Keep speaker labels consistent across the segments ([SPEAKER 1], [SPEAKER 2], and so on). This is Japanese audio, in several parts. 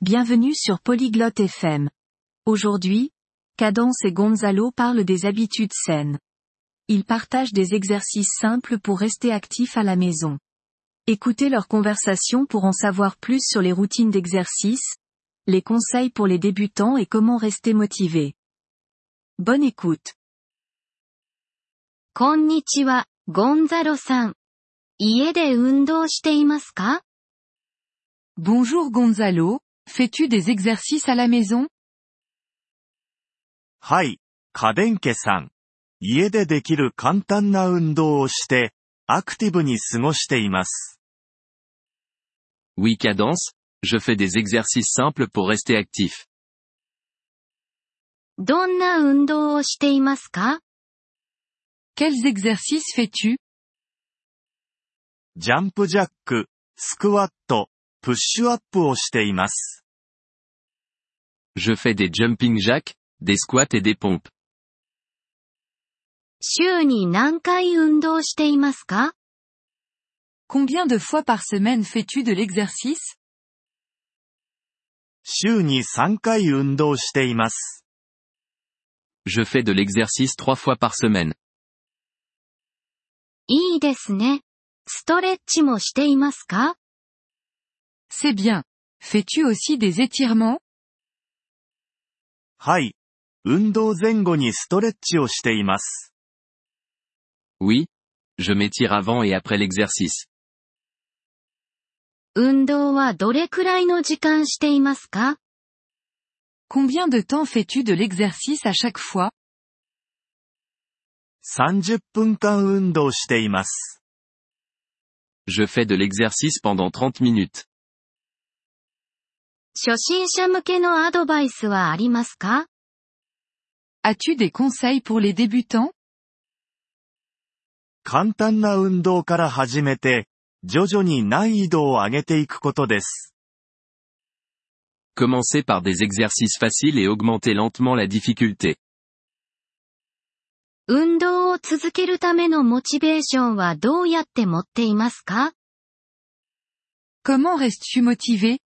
[SPEAKER 1] Bienvenue sur Polyglotte FM. Aujourd'hui, Cadence et Gonzalo parlent des habitudes saines. Ils partagent des exercices simples pour rester actifs à la maison. Écoutez leur conversation pour en savoir plus sur les routines d'exercice, les conseils pour les débutants et comment rester motivé. Bonne écoute.
[SPEAKER 2] こんにちは、ゴンザロさん。家で運動していますか
[SPEAKER 3] Bonjour Gonzalo, fais-tu des exercices à la maison
[SPEAKER 4] はい、家電家さん。家でできる簡単な運動をして、アクティブに過ごしています。
[SPEAKER 5] Oui cadence, je fais des exercices simples pour rester actif.
[SPEAKER 2] どんな運動をしていますか
[SPEAKER 3] Quels exercices fais-tu
[SPEAKER 4] ジャンプジャック、スクワット、プッシュアップをしています。
[SPEAKER 5] Je fais des jumping jacks, des squats et des pompes.
[SPEAKER 2] 週に何回運動していますか
[SPEAKER 3] Combien de fois par semaine fais-tu de l'exercice
[SPEAKER 4] 週に3回運動しています。
[SPEAKER 5] Je fais de l'exercice trois fois par semaine.
[SPEAKER 2] いいですね。ストレッチもしていますか
[SPEAKER 3] C'est bien. Fais-tu aussi des étirements
[SPEAKER 4] はい。運動前後にストレッチをしています。
[SPEAKER 5] Oui. Je m'étire avant et après l'exercice.
[SPEAKER 2] 運動はどれくらいの時間していますか
[SPEAKER 3] Combien de temps fais-tu de l'exercice à chaque fois
[SPEAKER 4] 30分間運動しています。
[SPEAKER 5] Je fais de l'exercice pendant 30 minutes.
[SPEAKER 2] 初心者向けのアドバイスはありますか
[SPEAKER 3] As-tu des conseils pour les débutants
[SPEAKER 4] 簡単な運動から始めて、徐々に難易度を上げていくことです。
[SPEAKER 5] Commencez par des exercices faciles et augmentez lentement la difficulté.
[SPEAKER 2] 運動を続けるためのモチベーションはどうやって持っていますか
[SPEAKER 3] Comment restes-tu motivé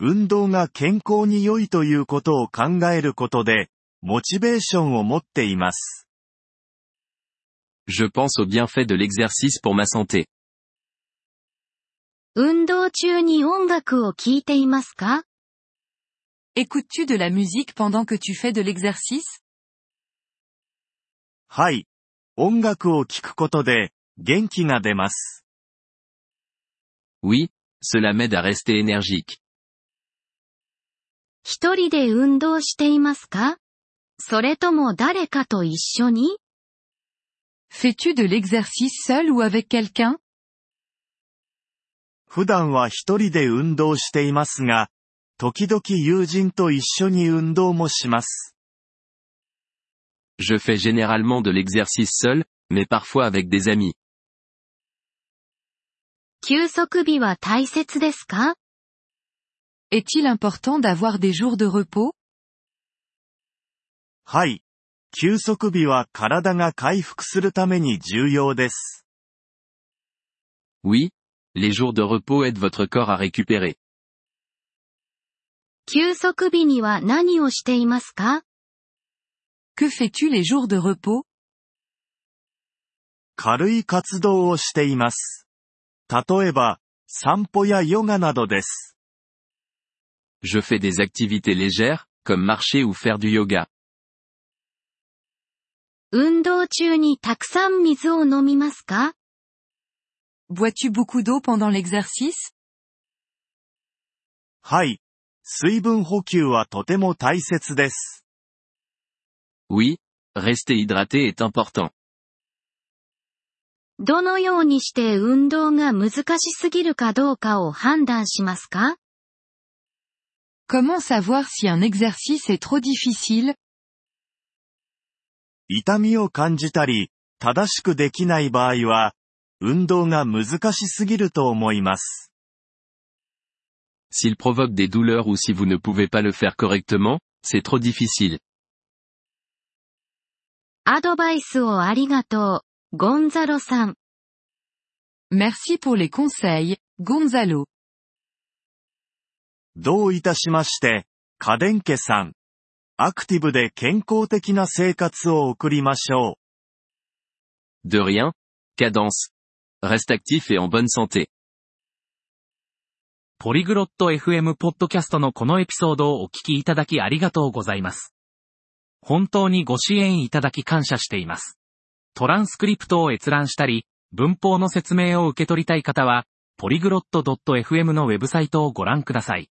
[SPEAKER 4] 運動が健康に良いということを考えることで、モチベーションを持っています。
[SPEAKER 5] Je pense aux bienfaits de l'exercice pour ma santé.
[SPEAKER 2] 運動中に音楽を聴いていますか
[SPEAKER 3] Écoutes-tu de la musique pendant que tu fais de l'exercice
[SPEAKER 4] はい。音楽を聴くことで、元気が出ます。
[SPEAKER 5] Oui. Cela m'aide à rester énergique.
[SPEAKER 2] 一人で運動していますかそれとも誰かと一緒に
[SPEAKER 3] Fais-tu de l'exercice seul ou avec quelqu'un
[SPEAKER 4] 普段は一人で運動していますが、時々友人と一緒に運動もします。
[SPEAKER 5] Je fais généralement de l'exercice seul, mais parfois avec des amis.
[SPEAKER 2] 休息日は大切ですか
[SPEAKER 3] Est-il important d'avoir des jours de repos
[SPEAKER 4] はい。休息日は体が回復するために重要です。
[SPEAKER 5] Oui. Les jours de repos aident votre corps à récupérer.
[SPEAKER 2] 休息日には何をしていますか
[SPEAKER 3] Que fais-tu les jours de repos
[SPEAKER 4] 軽い活動をしています。例えば、散歩やヨガなどです。
[SPEAKER 5] Je fais des activités légères, comme marcher ou faire du yoga.
[SPEAKER 2] 運動中にたくさん水を飲みますか
[SPEAKER 3] Bois-tu beaucoup d'eau pendant l'exercice
[SPEAKER 4] はい。水分補給はとても大切です。
[SPEAKER 5] Oui, rester hydraté est important.
[SPEAKER 2] どのようにして運動が難しすぎるかどうかを判断しますか
[SPEAKER 3] Comment savoir si un exercice est trop difficile
[SPEAKER 4] 痛みを感じたり、正しくできない場合は、運動が難しすぎると思います。
[SPEAKER 5] S'il provoque des douleurs ou si vous ne pouvez pas le faire correctement, c'est trop difficile.
[SPEAKER 2] アドバイスをありがとう、ゴンザロさん。
[SPEAKER 3] Merci pour les conseils, Gonzalo.
[SPEAKER 4] どういたしまして、家電家さん。アクティブで健康的な生活を送りましょう。
[SPEAKER 5] De rien. Cadence. Reste actif et en bonne santé.
[SPEAKER 6] ポリグロット FM ポッドキャストのこのエピソードをお聞きいただきありがとうございます。本当にご支援いただき感謝しています。トランスクリプトを閲覧したり、文法の説明を受け取りたい方は、ポリグロット .fm のウェブサイトをご覧ください。